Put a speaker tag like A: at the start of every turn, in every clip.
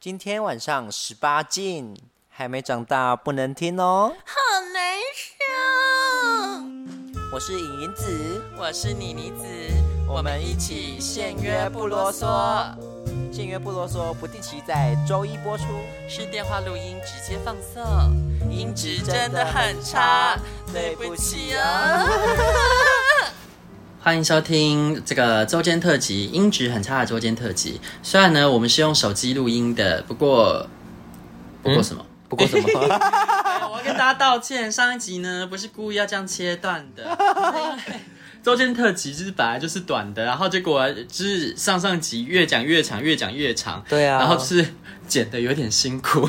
A: 今天晚上十八禁，还没长大不能听哦。
B: 好难受。
A: 我是尹银子，
C: 我是妮妮子，
A: 我们一起限约不啰嗦。限约不啰嗦不定期在周一播出。
C: 是电话录音直接放送，音质真的很差，对
A: 哦
C: 不起哦啊。 欢迎收听这个周间特辑，音质很差的周间特辑。虽然呢，我们是用手机录音的，不过不过什么？
A: 嗯不过什么？
C: 哎我要跟大家道歉，上一集呢不是故意要这样切断的， 是因为周间特辑就是本来就是短的，然后结果就是上上集越讲越长，越讲越长，
A: 对啊
C: 然后就是剪的有点辛 苦。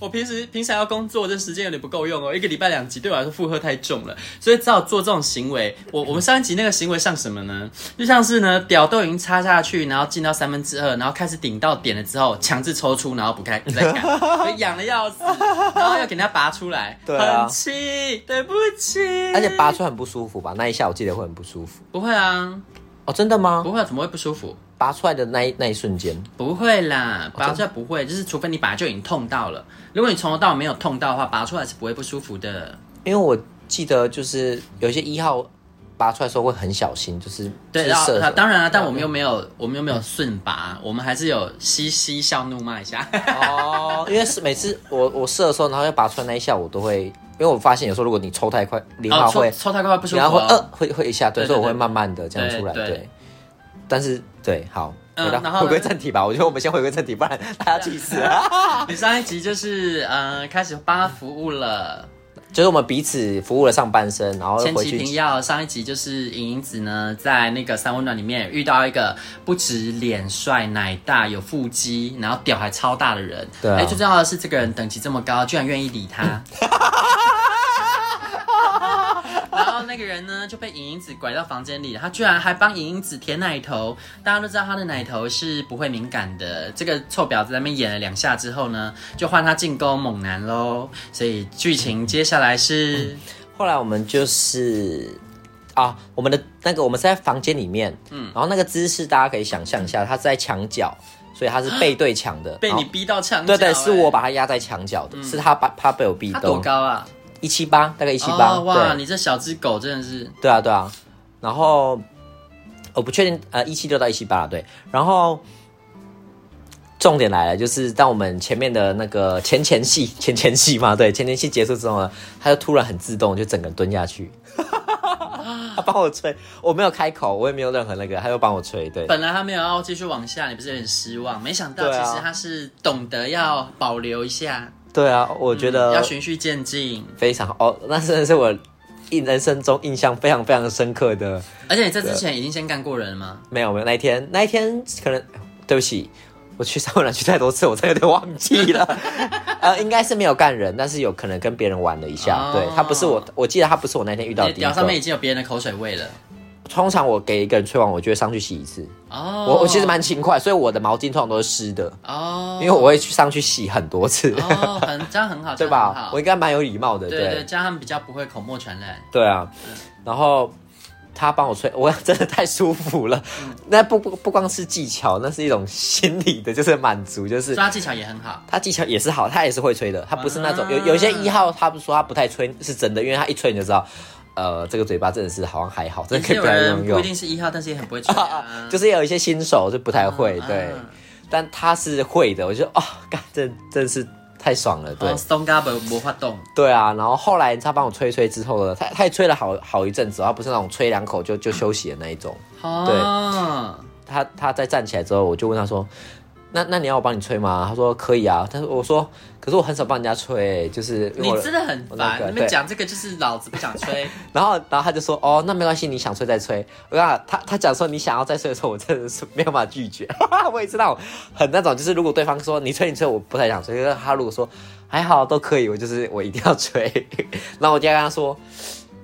C: 我平时平常要工作，这时间有点不够用哦，一个礼拜两集对我来说负荷太重了，所以只好做这种行为。我我们上一集那个行为像什么呢？就像是呢，表都已经插下去，然后进到三分之二，然后开始顶到点了之后，强制抽出，然后不开不 再看，就痒的要死，然后要给它拔出来，
A: 对啊
C: 很气，对不起。
A: 而且拔出很不舒服吧？那一下我记得会很不舒服。
C: 不会啊，
A: 哦，真的吗？
C: 不会、啊，怎么会不舒服？
A: 拔出来的那一那一瞬间，
C: 不会啦，拔出来不会，就是除非你本来就已经痛到了。如果你从头到尾没有痛到的话，拔出来是不会不舒服的。
A: 因为我记得就是有些一号拔出来的时候会很小心，就是
C: 对，
A: 就是
C: 然后
A: 射
C: 啊
A: 手
C: 当然啊，但我们又没有，我们又没有顺拔，我们还是有嘻嘻笑怒骂一 下。
A: 哦，因为是每次我我射的时候，然后要拔出来那一下，我都会，因为我发现有时候如果你抽太快，零号
C: 哦，抽
A: 会，
C: 抽太快会不舒服、
A: 然
C: 哦，
A: 后会呃会会一下，对，
C: 对
A: 所以我
C: 对
A: 会慢慢的这样
C: 对
A: 出来，
C: 对
A: 对。但是对，好，
C: 嗯
A: 回
C: 然
A: 到
C: 后
A: 回
C: 呢
A: 归正题吧，我觉得我们先回归正题，不然大家气死 了。
C: 你上一集就是呃开始帮他服务了，
A: 就是我们彼此服务了上半身，然后
C: 前
A: 回
C: 期停
A: 去，
C: 药。上一集就是莹莹子呢在那个三温暖里面遇到一个不止脸帅、奶大、有腹肌，然后屌还超大的人。
A: 对啊
C: 哎，最重要的是这个人等级这么高，居然愿意理 他。然后那个人呢就被莹莹子拐到房间里，他居然还帮莹莹子舔奶头。大家都知道他的奶头是不会敏感的，这个臭婊子在那边演了两下之后呢，就换他进攻猛男喽。所以剧情接下来是，
A: 后来我们就是啊，我们的那个我们是在房间里面，嗯，然后那个姿势大家可以想象一下，他是在墙角，所以他是背对墙的，
C: 被
A: 然
C: 你
A: 后
C: 逼到墙角、
A: 对对，是
C: 哎
A: 我把他压在墙角的，是他把他被我逼
C: 嗯他
A: 动
C: 多。高啊？
A: 一七八，大概一七八。
C: 哦哇，
A: 对
C: 你这小只狗真的是
A: 对啊，对啊。然后我不确定，呃，一七六到一七八，对。然后重点来了，就是当我们前面的那个前前戏、前前戏嘛，对，前前戏结束之后呢，他就突然很自动就整个人蹲下去， 他帮我吹，我没有开口，我也没有任何那个，他就帮我吹，对。
C: 本来他没有要继续往下，你不是有点失望？没想到
A: 对
C: 其
A: 啊
C: 实他是懂得要保留一下，
A: 对啊，我觉
C: 嗯
A: 得
C: 要循序渐进。
A: 非常好哦，那真的是我一人生中印象非常非常深刻的。
C: 而且你在之前已经先干过人了吗？
A: 没有没有，那一天那一天可能对不起，我去三温暖去太多次，我真的有点忘记 了。呃，应该是没有干人，但是有可能跟别人玩了一下。
C: 哦
A: 对他不是我，我记得他不是我那天遇到
C: 你
A: 的
C: 的
A: 第一个
C: 屌上面已经有别人的口水味了。
A: 通常我给一个人吹完，我就会上去洗一次。
C: 哦，
A: 我我其实蛮勤快，所以我的毛巾通常都是湿的，
C: 哦，
A: 因为我会去上去洗很多次，
C: 哦，很这样很好，
A: 对
C: 这样
A: 吧？
C: 很好
A: 我应该蛮有礼貌的，
C: 对对，这样他们比较不会口沫传染。
A: 对啊，然后他帮我吹，我真的太舒服了。
C: 嗯
A: 那不不不光是技巧，那是一种心理的，就是满足，就是
C: 抓技巧也很好，
A: 他技巧也是好，他也是会吹的，他不是那种
C: 啊
A: 有有一些一号，他不说他不太吹是真的，因为他一吹你就知道，呃，这个嘴巴真的是好像还好，真的可以
C: 也有
A: 不太用
C: 人不一
A: 用。
C: 定是一号，但是也很不会吹啊。
A: 就是有一些新手就不太 会，
C: 啊
A: 对，但他是会的，我就哦，干，真真是太爽了，对
C: 哦，松嘎不不发动，
A: 对啊。然后后来他帮我吹一吹之后呢，他他也吹了好好一阵子哦，他不是那种吹两口就就休息的那一种。
C: 哦，
A: 他他在站起来之后，我就问他说：“那那你要我帮你吹吗？”他说：“可以啊。”但是我说：“可是我很少帮人家吹，就是因为
C: 你
A: 我
C: 真的很
A: 我那
C: 烦，
A: 个
C: 你
A: 对
C: 们讲这个就是老子不想吹，
A: 然后，然后他就说：“哦，那没关系，你想吹再吹。”我跟你讲，他他讲说你想要再吹的时候，我真的是没有办法拒绝。 我也是那种很那种，就是如果对方说你吹你吹，我不太想吹。但是他如果说还好都可以，我就是我一定要吹。 然后我就跟他说，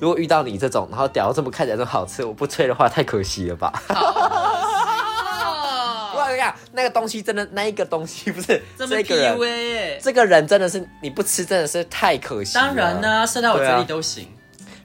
A: 如果遇到你这种，然后屌这么看起来这么好吃，我不吹的话太可惜了吧。 我
C: 哦，
A: 跟你讲，那个东西真的，那一个东西不是
C: 这么
A: 这个人
C: PUA，，耶
A: 这个人真的是你不吃真的是太可惜了。啊
C: 当然呢、射到我嘴里都行。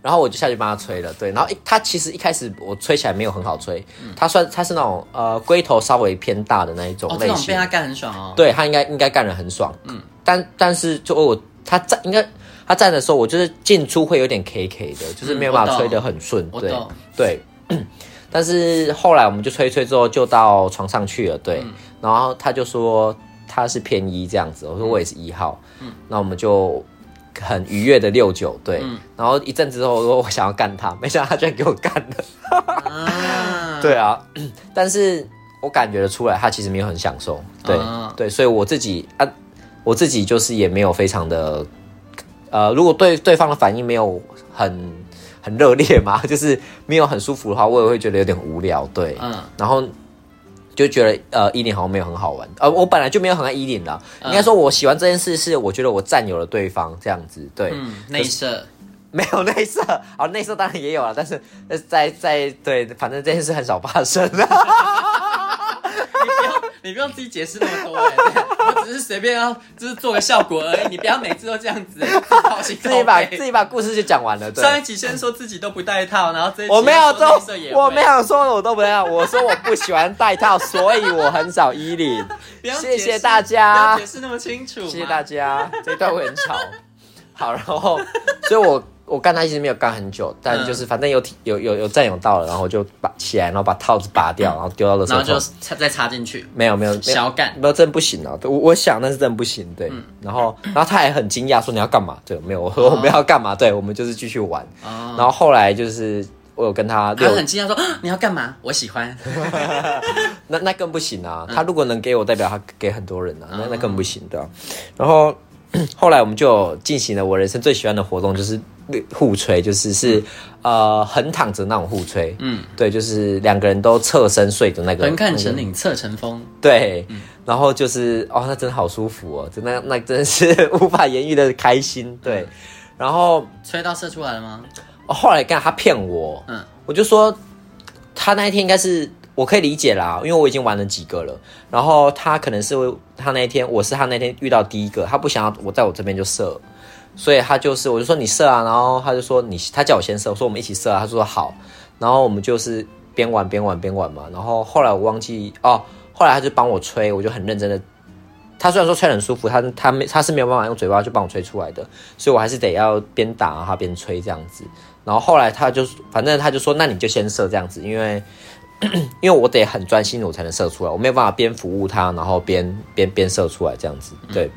A: 然后我就下去帮他吹了，对，然后一他其实一开始我吹起来没有很好吹，
C: 嗯
A: 他算他是那种呃龟头稍微偏大的那一种
C: 哦，这
A: 类
C: 种
A: 型，
C: 被他干很爽哦。
A: 对他应该应该干得很爽，嗯，但但是就我他站应该他站的时候，我就是进出会有点 K K 的，就是没有办
C: 嗯
A: 法
C: 我懂
A: 吹得很顺，
C: 我
A: 对
C: 懂
A: 对。 但是后来我们就吹一吹之后，就到床上去了，对。然后他就说他是偏一这样子，我说我也是一号，嗯，那我们就。很愉悦的六九，对，然后一阵子之后，我说我想要干他，没想到他居然给我干了，
C: 啊，
A: 对啊， 但是我感觉得出来，他其实没有很享受，对、
C: 啊
A: 对，所以我自己啊，我自己就是也没有非常的，呃，如果对对方的反应没有很很热烈嘛， 就是没有很舒服的话，我也会觉得有点无聊，对，
C: 嗯
A: 然后。就觉得呃，一零好像没有很好玩，呃，我本来就没有很爱一零啦。应
C: 嗯
A: 该说，我喜欢这件事是我觉得我占有了对方这样子，对，
C: 嗯，内射，
A: 没有内射，好内射当然也有了，但是但是在在对，反正这件事很少发生。
C: 你不用你不用自己解释那么多、 欸，我只是随便要就是做个效果而已，你不要每次都这样子、好心
A: 自己 把
C: 靠背
A: 自己把故事就讲完了。对，
C: 上一集先说自己都不戴套，然后这一集
A: 我没有
C: 说内
A: 说
C: 射也，会
A: 我没，有说我都不要，我说我不喜欢戴套，所以我很少衣领。
C: 不要
A: 谢
C: 解
A: 谢
C: 释
A: 大家
C: 不要解释那么清楚，
A: 谢谢大
C: 家。
A: 家，这一段会很吵。好， 然后，所以我我干他其实没有干很久，
C: 嗯
A: 但就是反正有体有有有占有到了，然后就把起来，然后把套子拔掉，然后丢到垃圾
C: 嗯然后
A: 桶。
C: 就插再插进去，
A: 没有没有没有
C: 小嗯干
A: 没有真的不行啊！我我想那是真的不行，对。然后然后他还很惊讶说你要干嘛？对，没有，我说我们要干嘛？对，我们就是继续玩。
C: 哦
A: 然后后来就是我有跟他
C: 他
A: 六，
C: 很惊讶说啊：“你要干嘛？我喜欢。
A: 那那更不行啊！
C: 嗯
A: 他如果能给我，代表他给很多人啊，那那更不行的、然后 后来我们就有进行了我人生最喜欢的活动，就是互吹，就是
C: 嗯
A: 是呃横躺着那种互吹，嗯，对，就是两个人都侧身睡的那”个，
C: 横看
A: 那个
C: 成岭嗯侧成峰，
A: 对，然后就是哦，那真的好舒服哦，真的那真的是 无法言喻的开心。
C: 嗯
A: 对，然后、
C: 吹到射出来 了吗？
A: 哦后来干他骗我，
C: 嗯，
A: 我就说他那一天应该是我可以理解啦，因为我已经玩了几个了。然后他可能是他那一天，我是他那天遇到第一个，他不想要我在我这边就射，所以他就是我就说你射啊，然后他就说你他叫我先射，我说我们一起射啊，他说好，然后我们就是边玩边玩边玩嘛。然后后来我忘记哦，后来他就帮我吹，我就很认真的。他虽然说吹得很舒服，他他没他是没有办法用嘴巴去帮我吹出来的，所以我还是得要边打然后他边吹这样子。然后后来他就反正他就说，那你就先射这样子，因为 因为我得很专心，我才能射出来，我没有办法边服务他，然后边边边射出来这样子，
C: 嗯
A: 对。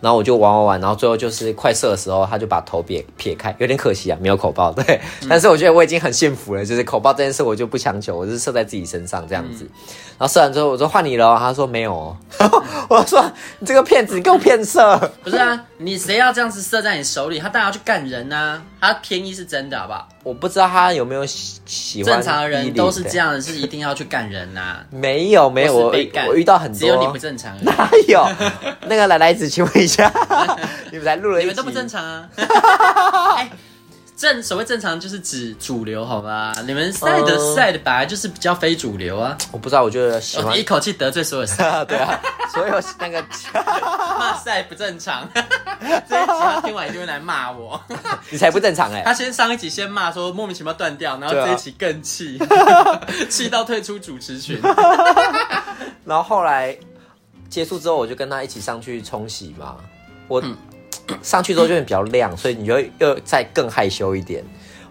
A: 然后我就玩玩玩，然后最后就是快射的时候，他就把头撇撇开，有点可惜啊，没有口爆。 对，
C: 嗯
A: 但是我觉得我已经很幸福了，就是口爆这件事我就不强求，我就是射在自己身上这样
C: 嗯
A: 子。然后射完之后，我说换你了哦，他说没有、 哦，我说你这个骗子，你给我骗射。
C: 不是啊，你谁要这样子射在你手里？他当然要去干人呐、啊！他偏一是真的，好不好？
A: 我不知道他有没有喜喜欢
C: 正常的
A: 伊
C: 人
A: 犁
C: 都是
A: 对
C: 这样的，是一定要去干人呐、
A: 没有 没有，
C: 或是
A: 我
C: 被干
A: 我遇到很多，
C: 只有你不正常而 已，啊
A: 哪 有？那个来来子，请问一下，你们才录了一集，
C: 你们都不正常 啊！哎正所谓正常就是指主流，好吧？你们赛的
A: 嗯
C: 赛的本来就是比较非主流啊！
A: 我不知道，我觉得喜
C: 我
A: 欢
C: 一，口气得罪所有 赛，
A: 对 啊，所有那个
C: 骂赛不正常， 这一集他听完一定会来骂 我。
A: 你才不正常哎、
C: 他先上一集先骂说莫名其妙断掉，然后
A: 对啊
C: 这一集 更气，气、到退出主持群。
A: 然后后来结束之后，我就跟他一起上去冲洗嘛。我、
C: 嗯
A: 上去之后就会比较亮，所以你就会又再更害羞一点。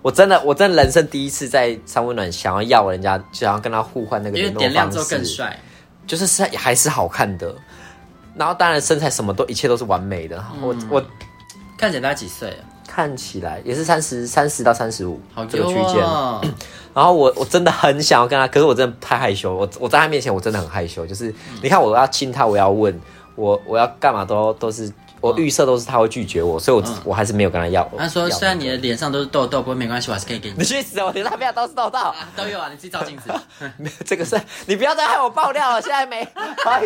A: 我真的，我真的人生第一次在三温暖想要要人家，想要跟他互换那个
C: 因为
A: 联络
C: 点亮
A: 方
C: 之后更
A: 式，
C: 帅，
A: 就是是还是好看的。然后当然身材什么都一切都是完美的。
C: 嗯
A: 我我
C: 看起来大概几岁啊？
A: 看起来也是三十三十到三十五
C: 好
A: 这个
C: 优
A: 区间。
C: 哦！
A: 然后我我真的很想要跟他，可是我真的太害羞，我我在他面前我真的很害羞，就是
C: 嗯
A: 你看我要亲他，我要问我我要干嘛都都是我预设都是他会拒绝我，所以我、我还是没有跟他要。
C: 嗯他说
A: 要
C: 虽然你的脸上都是痘痘，不过没关系，我还是可以给你
A: 你。去死啊，我连他不要都是道道，
C: 啊，都有啊，你自己照镜 子。
A: 没有 这个是你不要再害我爆料了，现在没，哎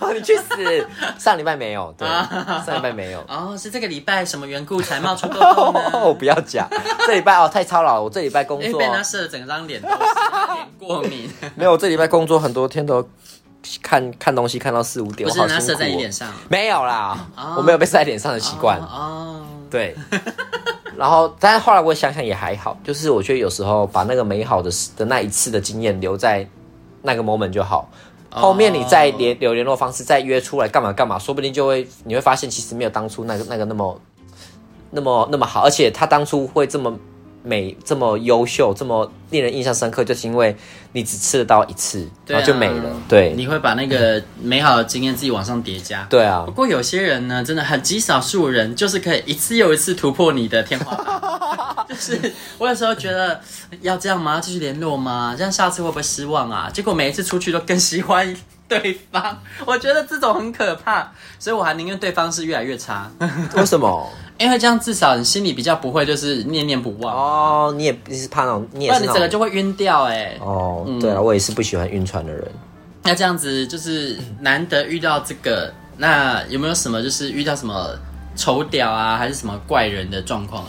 A: 呦，你去死！上礼拜没有，对，上礼拜没有。
C: 哦，是这个礼拜什么缘故才冒出痘 痘
A: 哦，
C: 呢？
A: 不要讲，这礼拜哦太操劳了，我这礼拜工
C: 因为
A: 作
C: 被他射的整张脸都是，他脸过 敏。
A: 没有，我这礼拜工作很多天都看看东西看到四五点，
C: 不
A: 我
C: 是
A: 好
C: 他
A: 辛
C: 射
A: 苦
C: 在你
A: 哦
C: 脸上。
A: 没有啦，
C: 哦
A: 我没有被晒脸上的习惯。
C: 哦，
A: 对， 然后，但是后来我想想也还好，就是我觉得有时候把那个美好的时的那一次的经验留在那个 moment 就好。后面你
C: 哦
A: 再联留联络方式，再约出来干嘛干嘛，说不定就会你会发现，其实没有当初那个那个那么那么那么好，而且他当初会这么美、这么优秀、这么令人印象深刻，就是因为你只吃得到一次，
C: 对啊
A: 然后就没了。对，
C: 你会把那个美好的经验自己往上叠加。
A: 对啊
C: 不，过有些人呢，真的很极少数人，就是可以一次又一次突破你的天花板。 就是我有时候觉得要这样吗？要继续联络吗？这样下次会不会失望啊？结果每一次出去都更喜欢对方，我觉得这种很可怕，所以我还宁愿对方是越来越差，
A: 为什么？
C: 因为这样至少你心里比较不会就是念念不忘，
A: 哦，你也你是怕那种，你
C: 不
A: 也
C: 然
A: 是哦
C: 你
A: 那
C: 整个
A: 种。
C: 就会晕掉哎、
A: 哦，对啊，我也是不喜欢晕船的人。
C: 那这样子就是难得遇到这个，那有没有什么就是遇到什么丑屌啊，还是什么怪人的状况啊？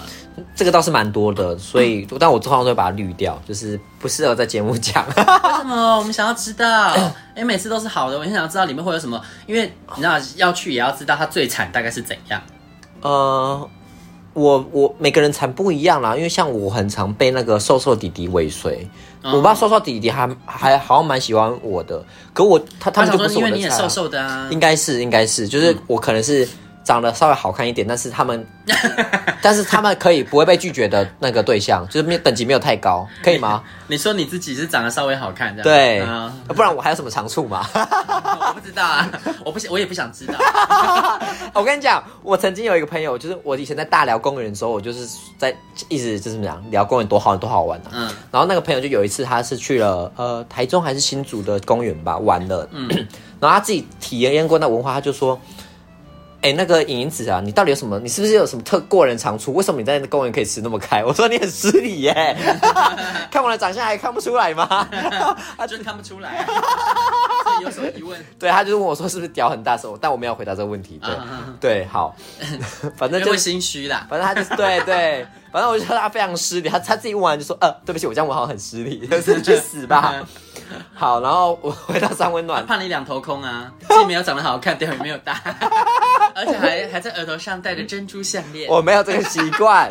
A: 这个倒是蛮多的，所以
C: 嗯
A: 但我通常都会把它滤掉，就是不适合在节目讲。
C: 为什么哦我们想要知道？哎、每次都是好的，我很想知道里面会有什么，因为你知道要去也要知道他最惨大概是怎样。
A: 呃，我我每个人惨不一样啦，因为像我很常被那个瘦瘦弟弟尾随，
C: 嗯
A: 我爸瘦瘦弟弟还还好像蛮喜欢我的，可我他他
C: 他
A: 们就
C: 想
A: 不
C: 说，
A: 是
C: 因
A: 我
C: 为
A: 的
C: 你也
A: 菜啊
C: 瘦瘦的啊，嗯
A: 应该是应该是，就是我可能是长得稍微好看一点，但是他 们，但是他们可以不会被拒绝的那个对象，就是没有等级没有太高，可以吗？
C: 你说你自己是长得稍微好看这样，
A: 对，
C: 啊、
A: 不然我还有什么长处嘛？
C: 我不知道啊，我不想，我也不想知道。
A: 我跟你讲，我曾经有一个朋友，就是我以前在大寮公园的时候，我就是在一直就是怎么讲聊公园多好玩多好玩啊。
C: 嗯
A: 然后那个朋友就有一次，他是去了呃台中还是新竹的公园吧玩了，
C: 嗯
A: 然后他自己体验过那文化，他就说：“哎、那个影影子啊，你到底有什么？你是不是有什么特过人长处？为什么你在那公园可以吃那么开？” 我说：“你很失礼耶、 看我的长相还看不出来吗？”
C: 他就是看不出来、啊，所以有什么疑问？
A: 对，他就问我说：“是不是屌很大手？”但我没有回答这个问 题。对、
C: 啊啊啊
A: 对， 好，反正
C: 因为
A: 就
C: 会
A: 是。
C: 心虚啦。
A: 反正他就是对对，反正我就觉得他非常失礼，他他自己问完就说，呃，对不起，我这样我好像很失礼， 就是去死 吧。好，然后我回到三温
C: 他
A: 暖，
C: 怕你两头空啊，既没有长得好看，屌也没有 大，而且还还在额头上戴着珍珠项链。
A: 我没有这个习惯。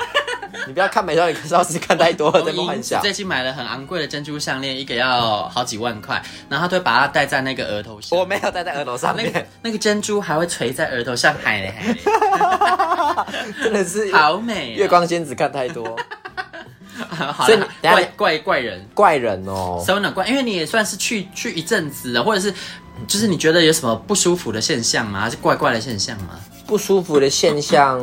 A: 你不要看美少女消失看太多了，在梦幻 想。
C: 最近买了很昂贵的珍珠项链，一个要好几万块，然后他都会把它戴在那个额头上。
A: 我没有戴在额头上
C: 那个
A: 面，
C: 那个珍珠还会垂在额头上，海嘞 海嘞，
A: 真的是
C: 好美、啊
A: 月，光仙子看太多，
C: 好
A: 所以
C: 啦
A: 你等一
C: 怪
A: 下
C: 怪怪人，
A: 怪人哦。
C: 手暖怪，因为你也算是去去一阵子了，或者是就是你觉得有什么不舒服的现象吗？还是怪怪的现象吗？
A: 不舒服的现象，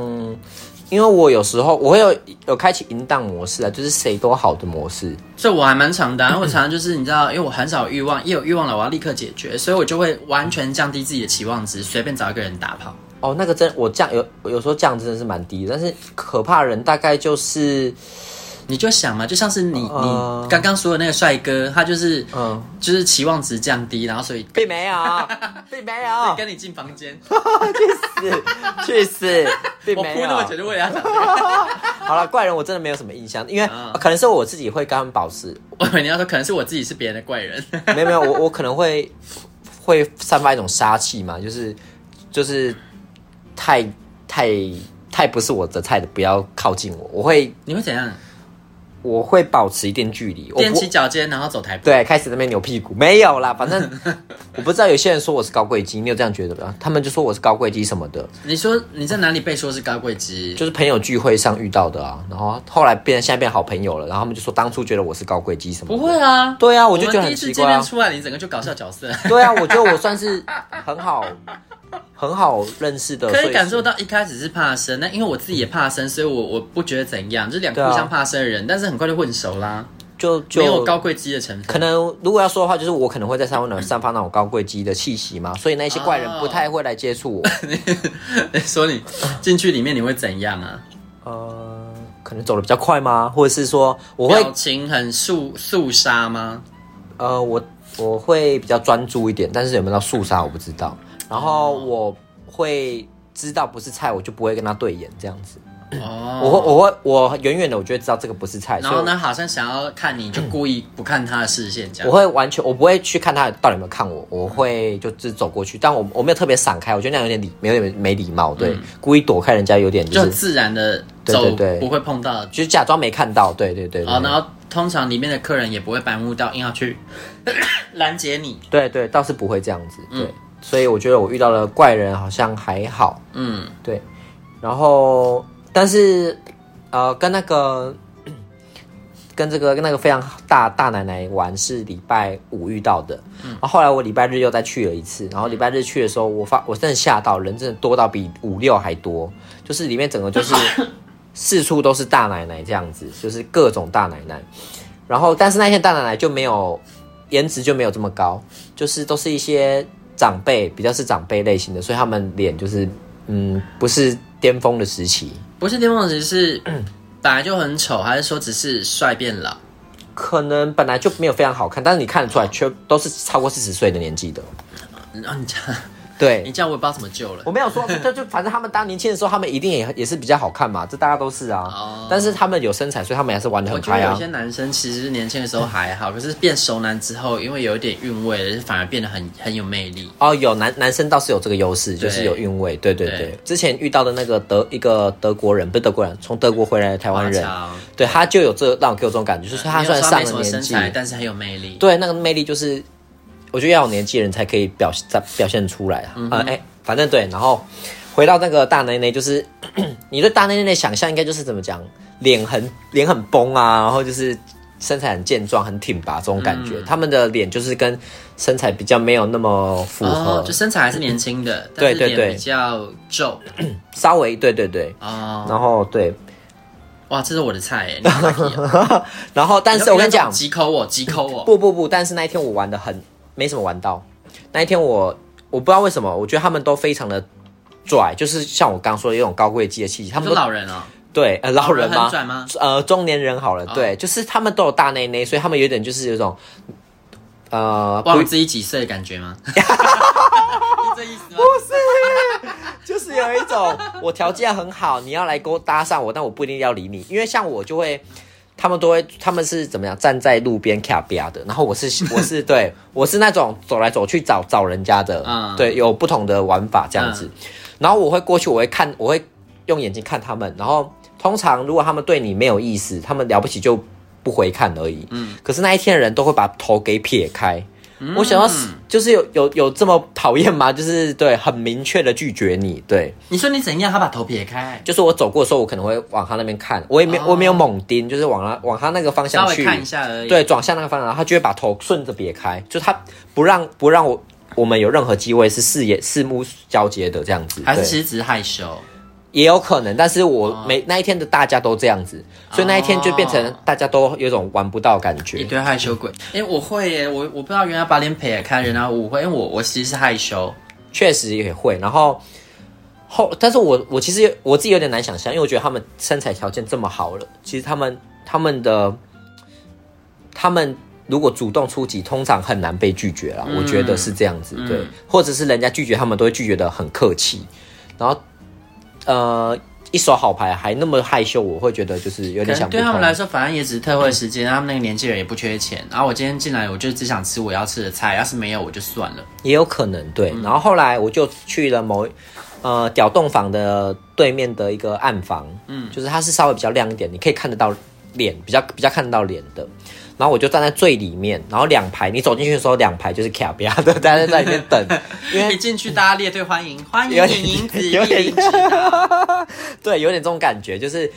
A: 因为我有时候我会有有开启淫荡模式啊，就是谁都好的模式。
C: 这我还蛮常的啊、因为我常常就是你知道，因为我很少欲望，一有欲望了我要立刻解决，所以我就会完全降低自己的期望值，随便找一个人打炮。
A: 哦，那个真我降有有时候降真的是蛮低的，但是可怕人大概就是
C: 你就想嘛，就像是你
A: 嗯
C: 你刚刚说的那个帅哥，他就是
A: 嗯，
C: 就是期望值降低，然后所以
A: 并没 有，并没有，
C: 跟你进房间，
A: 去死，去 死，并
C: 我
A: 没
C: 铺
A: 有
C: 那。么久就为了要 讲这个，
A: 好了，怪人我真的没有什么印象，因为、
C: 嗯
A: 可能是我自己会跟他们保持，
C: 我以为你要说可能是我自己是别人的怪人，
A: 没有没有，我我可能会会散发一种杀气嘛，就是就是太太太不是我的菜的，不要靠近我，我会
C: 你会怎样？
A: 我会保持一定距离，我
C: 踮
A: 不
C: 起脚尖然后走台步？
A: 对，开始在那边扭屁股，没有啦，反正 我不知道有些人说我是高贵鸡，你有这样觉得吗？他们就说我是高贵鸡什么的，
C: 你说你在哪里被说是高贵鸡？
A: 就是朋友聚会上遇到的啊，然后后来变现在变好朋友了，然后他们就说当初觉得我是高贵鸡什么
C: 不
A: 的，
C: 会啊，
A: 对啊我就
C: 们
A: 觉得
C: 第一
A: 很
C: 次
A: 奇
C: 见
A: 怪啊
C: 面出来，你整个就搞笑角色。
A: 对啊，我觉得我算是很好很好认识的，
C: 可
A: 所
C: 以
A: 是
C: 感受到一开始是怕生，那因为我自己也怕生，所以我我不觉得怎样，就是两
A: 对
C: 个
A: 啊
C: 互相怕生的人，但是很快就混熟啦，
A: 就
C: 没有
A: 就
C: 高贵鸡的成分。
A: 可能如果要说的话，就是我可能会在上面散发那种高贵鸡的气息嘛，所以那些怪人不太会来接触我。
C: 说你进去里面你会怎样啊？
A: 呃，可能走的比较快吗？或者是说我会
C: 表情很肃肃杀吗？
A: 呃，我我会比较专注一点，但是有没有到肃杀我不知道。然后我会知道不是菜，我就不会跟他对眼这样子。
C: 哦，
A: 我会我会我远远的我就会知道这个不是菜，
C: 然
A: 所以
C: 后
A: 我
C: 呢，好像想要看你就故意不看他的视线这
A: 我
C: 样。
A: 会完全我不会去看他到底有没有看我，我会就只走过去，但我我没有特别闪开，我觉得那样有点礼，有点没礼貌，对，故意躲开人家有点就
C: 嗯就是自然的
A: 对对
C: 走
A: 对
C: 不会碰到的
A: 就是假装没看到，对对对对
C: 啊，然后通常里面的客人也不会白目到硬要 去拦截你。
A: 对对，倒是不会这样子，对，所以我觉得我遇到的怪人好像还好，
C: 嗯，
A: 对，然后但是呃，跟那个 跟这个跟那个非常大大奶奶玩是礼拜五遇到的，然后后来我礼拜日又再去了一次，然后礼拜日去的时候，我发我真的吓到，人真的多到比五六还多，就是里面整个就是四处都是大奶奶这样子，就是各种大奶奶，然后但是那些大奶奶就没有颜值就没有这么高，就是都是一些长辈，比较是长辈类型的，所以他们脸就是嗯不是巅峰的时期，
C: 不是巅峰只是本来就很丑，还是说只是帅变老？
A: 可能本来就没有非常好看，但是你看得出来，却都是超过四十岁的年纪的。
C: 然哦后你这 样，你
A: 对，
C: 这样我也不知道怎么救了
A: 我。没有说，就就反正他们当年轻的时候，他们一定也也是比较好看嘛，这大家都是啊。
C: 哦
A: 但是他们有身材，所以他们还是玩的
C: 我
A: 很
C: 觉得
A: 开
C: 有
A: 啊
C: 一些。男生其实年轻的时候还好，可是变熟男之后，因为有一点韵味了，反而变得很很有魅力。
A: 哦，有男男生倒是有这个优势，就是有韵味。对对对，
C: 对
A: 之前遇到的那个德一个德国人，不是德国人，从德国回来的台湾人，
C: 华侨
A: 对他就有这让我给我这种感觉，就是他
C: 啊没
A: 虽
C: 有
A: 然
C: 说
A: 上
C: 没什
A: 了
C: 么
A: 年
C: 身
A: 纪，
C: 材，但是很有魅力。
A: 对，那个魅力就是，我觉得要有年纪的人才可以表现表现出来啊。
C: 嗯
A: 呃，哎、反正对，然后回到那个大内内，就是 你对大内内的想象应该就是怎么讲，脸很脸很崩啊，然后就是身材很健壮、很挺拔这种感
C: 嗯
A: 觉。他们的脸就是跟身材比较没有那么符合，
C: 哦，就身材还是年轻的，但
A: 对
C: 是
A: 对
C: 脸
A: 对
C: 比较皱
A: 稍微对对对，
C: 哦。
A: 然后对，
C: 哇，这是我的 菜耶！你好 lucky 哦
A: 然后但是我跟你讲，
C: 急抠我，急抠我。
A: 不不不，但是那一天我玩的很没什么玩到。那一天我我不知道为什么，我觉得他们都非常的拽，就是像我刚刚说的有一种高贵阶的气息。他
C: 你
A: 们
C: 说
A: 都
C: 老人哦，
A: 对呃老人
C: 老人
A: 吗
C: 很拽吗？哦
A: 呃中年人好了，对，就是他们都有大内内，所以他们有点就是有一种呃
C: 忘
A: 不
C: 了自己几岁的感 觉吗？是这意思吗？
A: 就是有一种我条件很好，你要来勾搭上我，但我不一定要理你，因为像我就会。他们都会，他们是怎么样站在路边卡比亚啊的，然后我是我是对我是那种走来走去找找人家的，
C: 嗯
A: 对，有不同的玩法这样子。然后我会过去，我会看，我会用眼睛看他们，然后通常如果他们对你没有意思，他们了不起就不回看而已。嗯，可是那一天的人都会把头给撇开。
C: 嗯
A: 我想要死就是有有有这么讨厌吗？就是对，很明确的拒绝你，对，
C: 你说你怎样？他把头撇开，
A: 就是我走过的时候，我可能会往他那边看，我也没、
C: 哦
A: 我没有猛盯，就是往他往他那个方
C: 稍
A: 向
C: 微
A: 去，
C: 看一下而已。
A: 对，转向那个方向，然后他就会把头顺着别开，就他不让不让我我们有任何机会是视野四目交接的这样子，
C: 还是
A: 对
C: 其实只是害羞。
A: 也有可能，但是我
C: 哦
A: 每、那一天的大家都这样子，所以那一天就变成
C: 哦
A: 大家都有种玩不到的感觉。
C: 一堆害羞鬼。哎、我会耶，我我不知道原来把脸撇开，原来我会，因为我我其实是害羞。
A: 确实也会。然后后，但是我我其实有我自己有点难想象，因为我觉得他们身材条件这么好了，其实他们他们的他们如果主动出击，通常很难被拒绝
C: 嗯
A: 啦。我觉得是这样子，对，或者是人家拒绝他们都会拒绝的很客气，然后呃。一手好牌还那么害羞，我会觉得就是有
C: 可
A: 点想
C: 能
A: 不
C: 对
A: 通
C: 他们来说，反正也只是特惠时间，他们那个年纪人也不缺钱。然后我今天进来，我就只想吃我要吃的菜，要是没有我就算了。
A: 也有可能对。
C: 嗯
A: 然后后来我就去了某呃屌洞房的对面的一个暗房，嗯，就是它是稍微比较亮一点，你可以看得到脸，比较比较看得到脸的。然后我就站在最里面，然后两排你走进去的时候，两排就是啊卡比亚的，大家在里面 等，因
C: 一
A: 为
C: 进去大家列队欢迎，欢迎
A: 有点
C: 影影子，
A: 有点
C: 影影子，
A: 对有点这种感觉，就是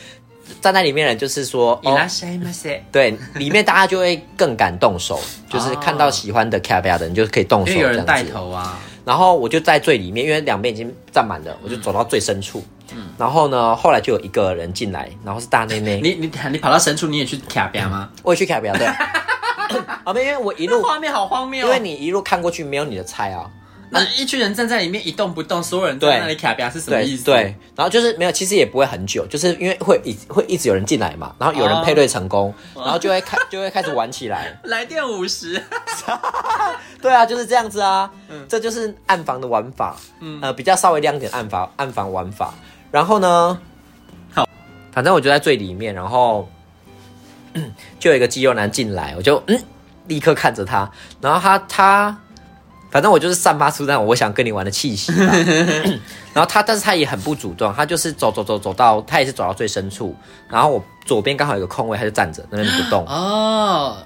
A: 站在里面的人就是说，
C: い
A: 哦
C: ら，っしゃいませ。
A: 对，里面大家就会更敢动手，就是看到喜欢的卡比亚的人就可以动手，
C: 因为有
A: 这样
C: 人
A: 子
C: 带头啊，
A: 然后我就在最里面，因为两边已经站满了，我就走到最深处。然后呢，后来就有一个人进来，然后是大内内，
C: 你你你跑到深处你也去卡边吗？
A: 我也去卡表 对，啊，没，因为我一路，
C: 画面好荒谬
A: 因
C: 哦，
A: 为你一路看过去没有你的菜啊，
C: 那一群人站在里面一动不动，所有人在那里卡边是什么意
A: 对
C: 思？
A: 对，然后就是没有，其实也不会很久，就是因为会一会一直有人进来嘛，然后有人配对成功，然后就会开就会开始玩起来，
C: 来电五十，
A: 对啊，就是这样子啊，这就是暗房的玩法，呃，比较稍微亮一点暗房暗房玩法。然后呢，
C: 好，
A: 反正我就在最里面，然后 就有一个肌肉男进来，我就嗯，立刻看着他，然后他他反正我就是散发出那种我想跟你玩的气息吧。然后他，但是他也很不主动，他就是走走走走到，他也是走到最深处，然后我左边刚好有个空位，他就站着那边不动。
C: 哦，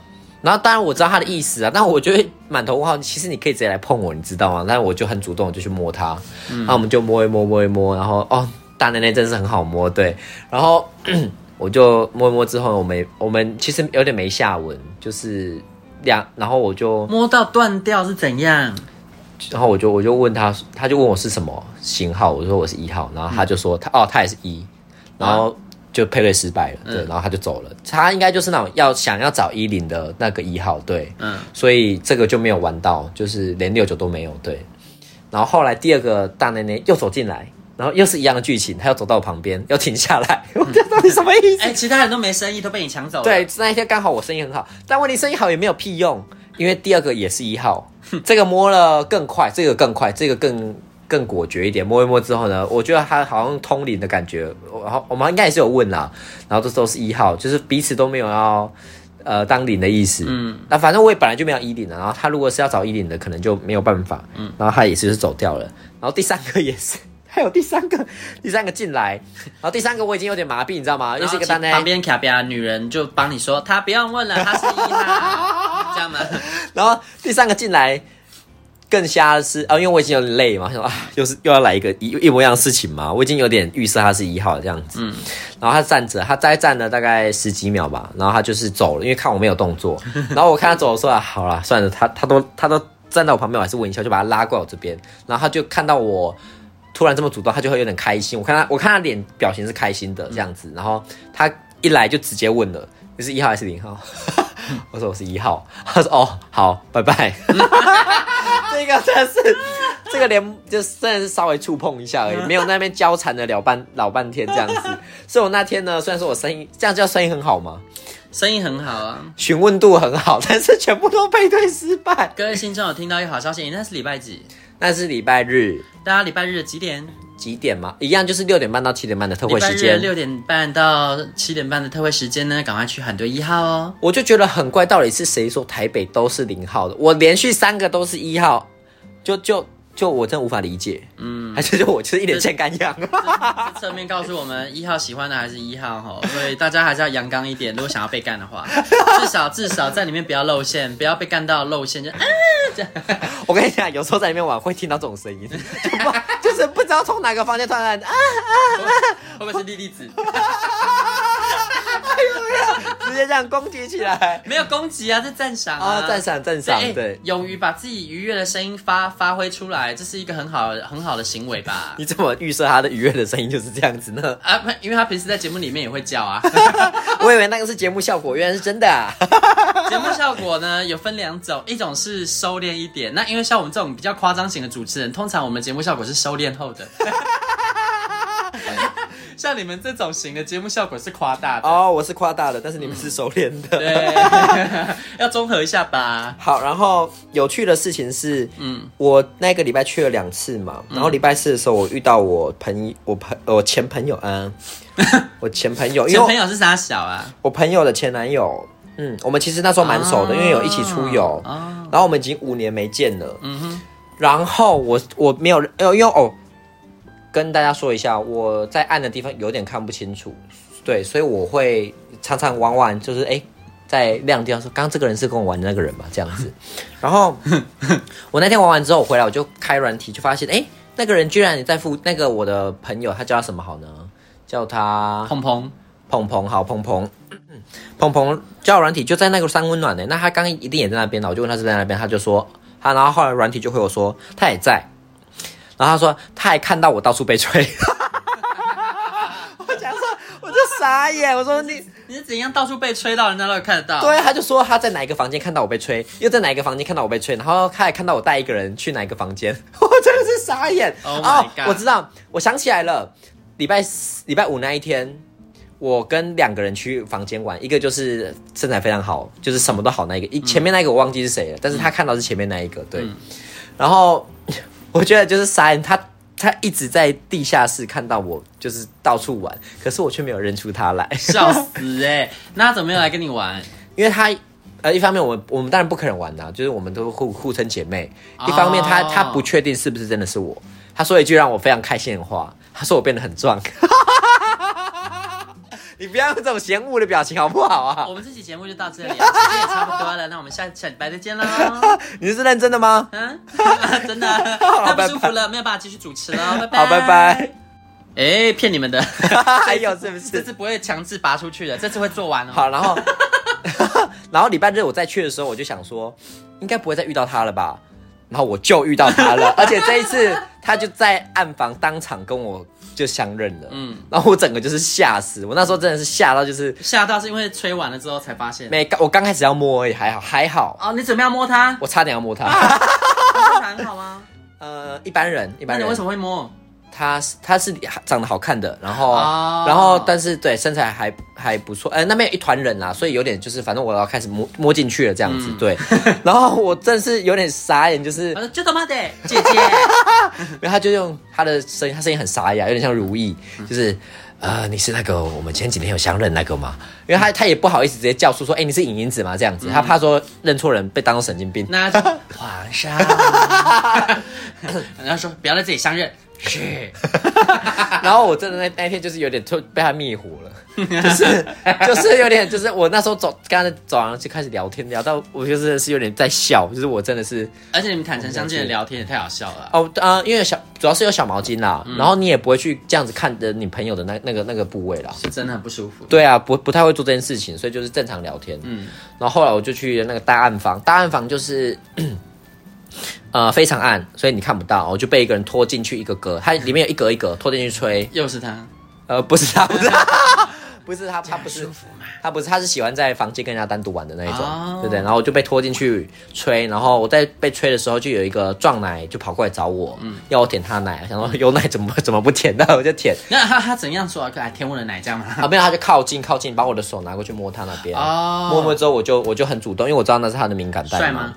A: 然后当然我知道他的意思啊，但我就会满头问号。其实你可以直接来碰我，你知道吗？但我就很主动，我就去摸他，然后我们就摸一摸摸一摸，然后哦，大奶奶真是很好摸，对。然后 我就摸一摸之后，我们我们其实有点没下文，就是两，然后我就
C: 摸到断掉是怎样？
A: 然后我就我就问他，他就问我是什么型号，我说我是一号，然后他就说他哦他也是一，然后就配对失败了，对，然后他就走了。他应该就是那种要想要找一零的那个一号，对，
C: 嗯，
A: 所以这个就没有玩到，就是连六九都没有，对。然后后来第二个大奶奶又走进来，然后又是一样的剧情，她又走到我旁边，又停下来，我就到底什么意思？
C: 哎、其他人都没生意，都被你抢走了。
A: 对，，那一天刚好我生意很好，但问题生意好也没有屁用，因为第二个也是一号，这个摸了更快，这个更快，这个更更果决一点。摸一摸之后呢，我觉得他好像通灵的感觉，我然后我们应该也是有问啦，然后这都是一号，就是彼此都没有要。呃，当零的意思，嗯，那反正我也本来就没有一零的，然后他如果是要找一零的，可能就没有办法，嗯，然后他也是就是走掉了，然后第三个也是，还有第三个，第三个进来，然后第三个我已经有点麻痹，你知道吗？又
C: 然
A: 是
C: 后
A: 一个单
C: 旁边卡比亚女人就帮你说，她不用问了，她是 一啦，这样吗？
A: 然后第三个进来更瞎的是，啊，因为我已经有点累嘛，想说啊，又是又要来一个一一模一样的事情嘛，我已经有点预设他是一号这样子。嗯，然后他站着，他再站了大概十几秒吧，然后他就是走了，因为看我没有动作，然后我看他走的时候，啊好了，算了，他他都他都站到我旁边，我还是问一下，就把他拉过来我这边，然后他就看到我。突然这么主动，他就会有点开心。我看他，我看他脸表情是开心的这样子，然后他一来就直接问了：“你是一号还是零号？”我说：“我是一号。” 他说：“哦，好，拜拜。” 这个真的是，这个连就是真的是稍微触碰一下而
C: 嗯
A: 已，没有那边交缠了了半 老半天这样子。所以我那天呢，虽然说我生意这样叫生意很好吗？
C: 生意很好啊。
A: 询问度很好， 但是全部都配对失败。
C: 各位心中有听到一个好消息，那是礼拜几？
A: 那是礼拜日
C: 大家礼拜日几点？
A: 几点嘛？一样就是六点半到七点半的特
C: 礼
A: 惠
C: 拜
A: 时
C: 日
A: 间。
C: 六点半到七点半的特惠时间呢，赶快去喊对一号哦。
A: 我就觉得很怪，到底是谁说台北都是零号的？我连续三个都是一号，就就就我真的无法理解。嗯，还是就我就是一脸欠干样。
C: 这侧面告诉我们，一号喜欢的还是一号哈，所以大家还是要阳刚一点。如果想要被干的 话，至少至少在里面不要露馅，不要被干到露馅就啊
A: 我跟你讲，有时候在里面玩会听到这种声音， 就不就是不知道从哪个房间突然啊，
C: 会不会是莉莉子？
A: 直接这样攻击起来。
C: 没有攻击啊，这赞 赏
A: 啊，
C: 啊，
A: 赞赏赞赏，
C: 哎
A: 对，
C: 勇于把自己愉悦的声音发发挥出来，这是一个很好很好的行为吧？
A: 你怎么预设他的愉悦的声音就是这样子 呢？
C: 啊，不因为他平时在节目里面也会 叫啊。
A: 我以为那个是节目效果，原来是真的、 啊。
C: 节目效果呢有分两种，一种是收敛一点，那因为像我们这种比较夸张型的主持人，通常我们节目效果是收敛后的。 像你们这种型的节目效果是夸大的，
A: 哦，我是夸大了，但是你们是熟练的。
C: 对， 要综合一下吧。
A: 好，然后有趣的事情是，嗯，我那个礼拜去了两次嘛，然后礼拜四的时候，我遇到我朋友我朋我前朋友，嗯， 我前朋友，因
C: 前
A: 为
C: 朋
A: 我
C: 友是啥小啊？
A: 我朋友的前男友，嗯，我们其实那时候蛮熟的，
C: 哦
A: 因为有一起出游，
C: 哦
A: 然后我们已经五年没见了，啊嗯哼，然后我我没有，呃，因为哦，跟大家说一下，我在暗的地方有点看不清楚，对，所以我会常常玩玩，就是哎。在亮的地方说，刚刚这个人是跟我玩的那个人嘛，这样子。然后我那天玩完之后，我回来我就开软体，就发现，哎、那个人居然也在附那个我的朋友，他叫他什么好呢？叫他
C: 鹏鹏，
A: 鹏鹏好，鹏 鹏，鹏鹏交友软体就在那个三温暖的，那他刚刚一定也在那边的，我就问他是在那边，他就说他，然后后来软体就回我说他也在，然后他说他还看到我到处被 吹，我想说我就傻眼，我说你
C: 你是怎样到处被吹到，人家都看得到？
A: 对，啊他就说他在哪一个房间看到我被吹，又在哪一个房间看到我被吹，然后他还看到我带一个人去哪一个房间， 我真的是傻眼。
C: Oh my
A: 哦
C: God
A: 我知道，我想起来了，礼拜四礼拜五那一天，我跟两个人去房间玩，一个就是身材非常好，就是什么都好那一个，一
C: 嗯
A: 前面那一个我忘记是谁了，但是他看到是前面那一个，对。然后我觉得就是傻眼，他他一直在地下室看到我，就是到处玩，可是我却没有认出他来。
C: 笑死哎、欸！那他怎么没有来跟你玩？
A: 因为他呃，一方面我们我们当然不可能玩呐、就是我们都互互称姐妹。
C: 哦
A: 一方面他他不确定是不是真的是我，他说一句让我非常开心的话，他说我变得很壮。 你不要用这种嫌恶的表情好不好啊
C: 我？们这期节目就到这里、啊，时间也差不多了，那我们下下礼拜再见喽。
A: 你是认真的吗？
C: 嗯， 真的啊太不舒服了，没有办法继续主持了，拜拜。
A: 好，拜。拜。
C: 哎、骗你 们的，
A: 还有是不
C: 这
A: 是？
C: 次不会强制拔出去的，这次会做完哦。
A: 好，然后 然后礼拜日我再去的时候，我就想说，应该不会再遇到他了吧？然后我就遇到他了，而且这一次他就在暗房当场跟我就相认了。嗯
C: 嗯，
A: 然后我整个就是吓死，我那时候真的是吓到，就是
C: 吓到是因为吹完了之后才发现。
A: 没我刚开始要摸而已，还好还好，
C: 哦，你怎么样摸它？
A: 我差点要摸他。
C: 它还很好吗？
A: 呃，一般人一
C: 那
A: 般
C: 你
A: 人
C: 为什么会摸？
A: 哎他是他是长得好看的，然后、
C: 哦
A: 然后但是对身材还还不错，呃那边有一团人啦、所以有点就是反正我要开始摸摸进去了这样子，
C: 嗯
A: 对， 然后我真是有点傻眼，就是
C: 我说就他妈的 姐姐，
A: 因为他就用他的声音，他声音很沙哑，有点像如意，
C: 嗯
A: 就是呃，你是那个我们前几天有相认那个吗？因为他他也不好意思直接叫出说，哎、你是影影子吗？这样子，他
C: 嗯
A: 怕说认错人被当成神经病。
C: 那就皇 上，然后说不要在这里相认，是
A: 然后我真的那那天就是有点突被他灭火了， 就是就是有点就是我那时候走，刚才走廊就开始聊天，聊到我就真的是有点在笑，就是我真的是
C: 而且你们坦诚相见的聊天也太好笑了啊。
A: 哦啊、因为小主要是有小毛巾啦，然后你也不会去这样子看着你朋友的那那个那个部位啦。
C: 是真的很不舒服。
A: 对啊，不不太会做这件事情，所以就是正常聊天。嗯，然后后来我就去那个大暗房，大暗房就是。呃，非常暗，所以你看不到，我就被一个人拖进去一个格，它里面有一格一格，拖进去吹。
C: 又是他，
A: 呃，不是他，不 是他，不是他，他不是
C: 舒服吗？
A: 他不是，他是喜欢在房间跟人家单独玩的那一种，
C: 哦
A: 对不对？然后我就被拖进去吹，然后我在被吹的时候，就有一个壮奶就跑过来找我，
C: 嗯
A: 要我舔他奶，想说有奶怎么 怎么不舔，那我就 舔，
C: 那他他怎样说啊？哎，舔我的奶这样吗？
A: 啊，没有，他就靠近靠近，把我的手拿过去摸他那边，
C: 哦
A: 摸摸之后我就我就很主动，因为我知道那是他的敏感带
C: 帅
A: 嘛
C: 吗，？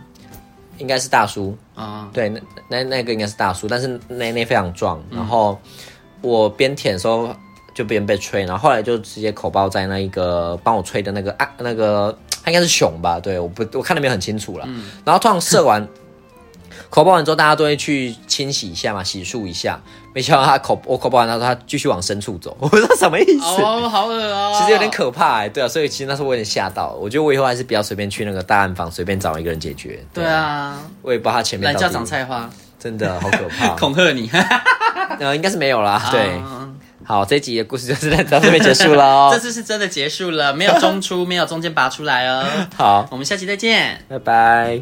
A: 应该是大叔，
C: 啊、
A: 对，那那那个应该是大叔，但是那那非常壮，
C: 嗯
A: 然后我边舔的时候就边被吹，然后后来就直接口爆在那一个帮我吹的那个啊那个，他应该是熊吧？对，我不我看的没有很清楚了，
C: 嗯
A: 然后突然射完。口爆完之后，大家都会去清洗一下嘛，洗漱一下。没想到他口我口爆完，他说他继续往深处走， 我不知道什么意思。
C: 哦，好恶哦，
A: 其实有点可怕哎、对啊，所以其实那时候我有点吓到，我觉得我以后还是不要随便去那个大暗房，随便找一个人解决。
C: 对，啊，
A: 我也不知道他前面
C: 懒
A: 到底
C: 叫长菜花，
A: 真的好可 怕，
C: 恐吓你。
A: 呃，应该是没有啦。对，
C: 啊
A: 好，这一集的故事就是到 这边结束了
C: 这
A: 哦。
C: 次是真的结束了，没有中出，没有中间拔出来 哦。
A: 好，
C: 我们下期再见。
A: 拜拜。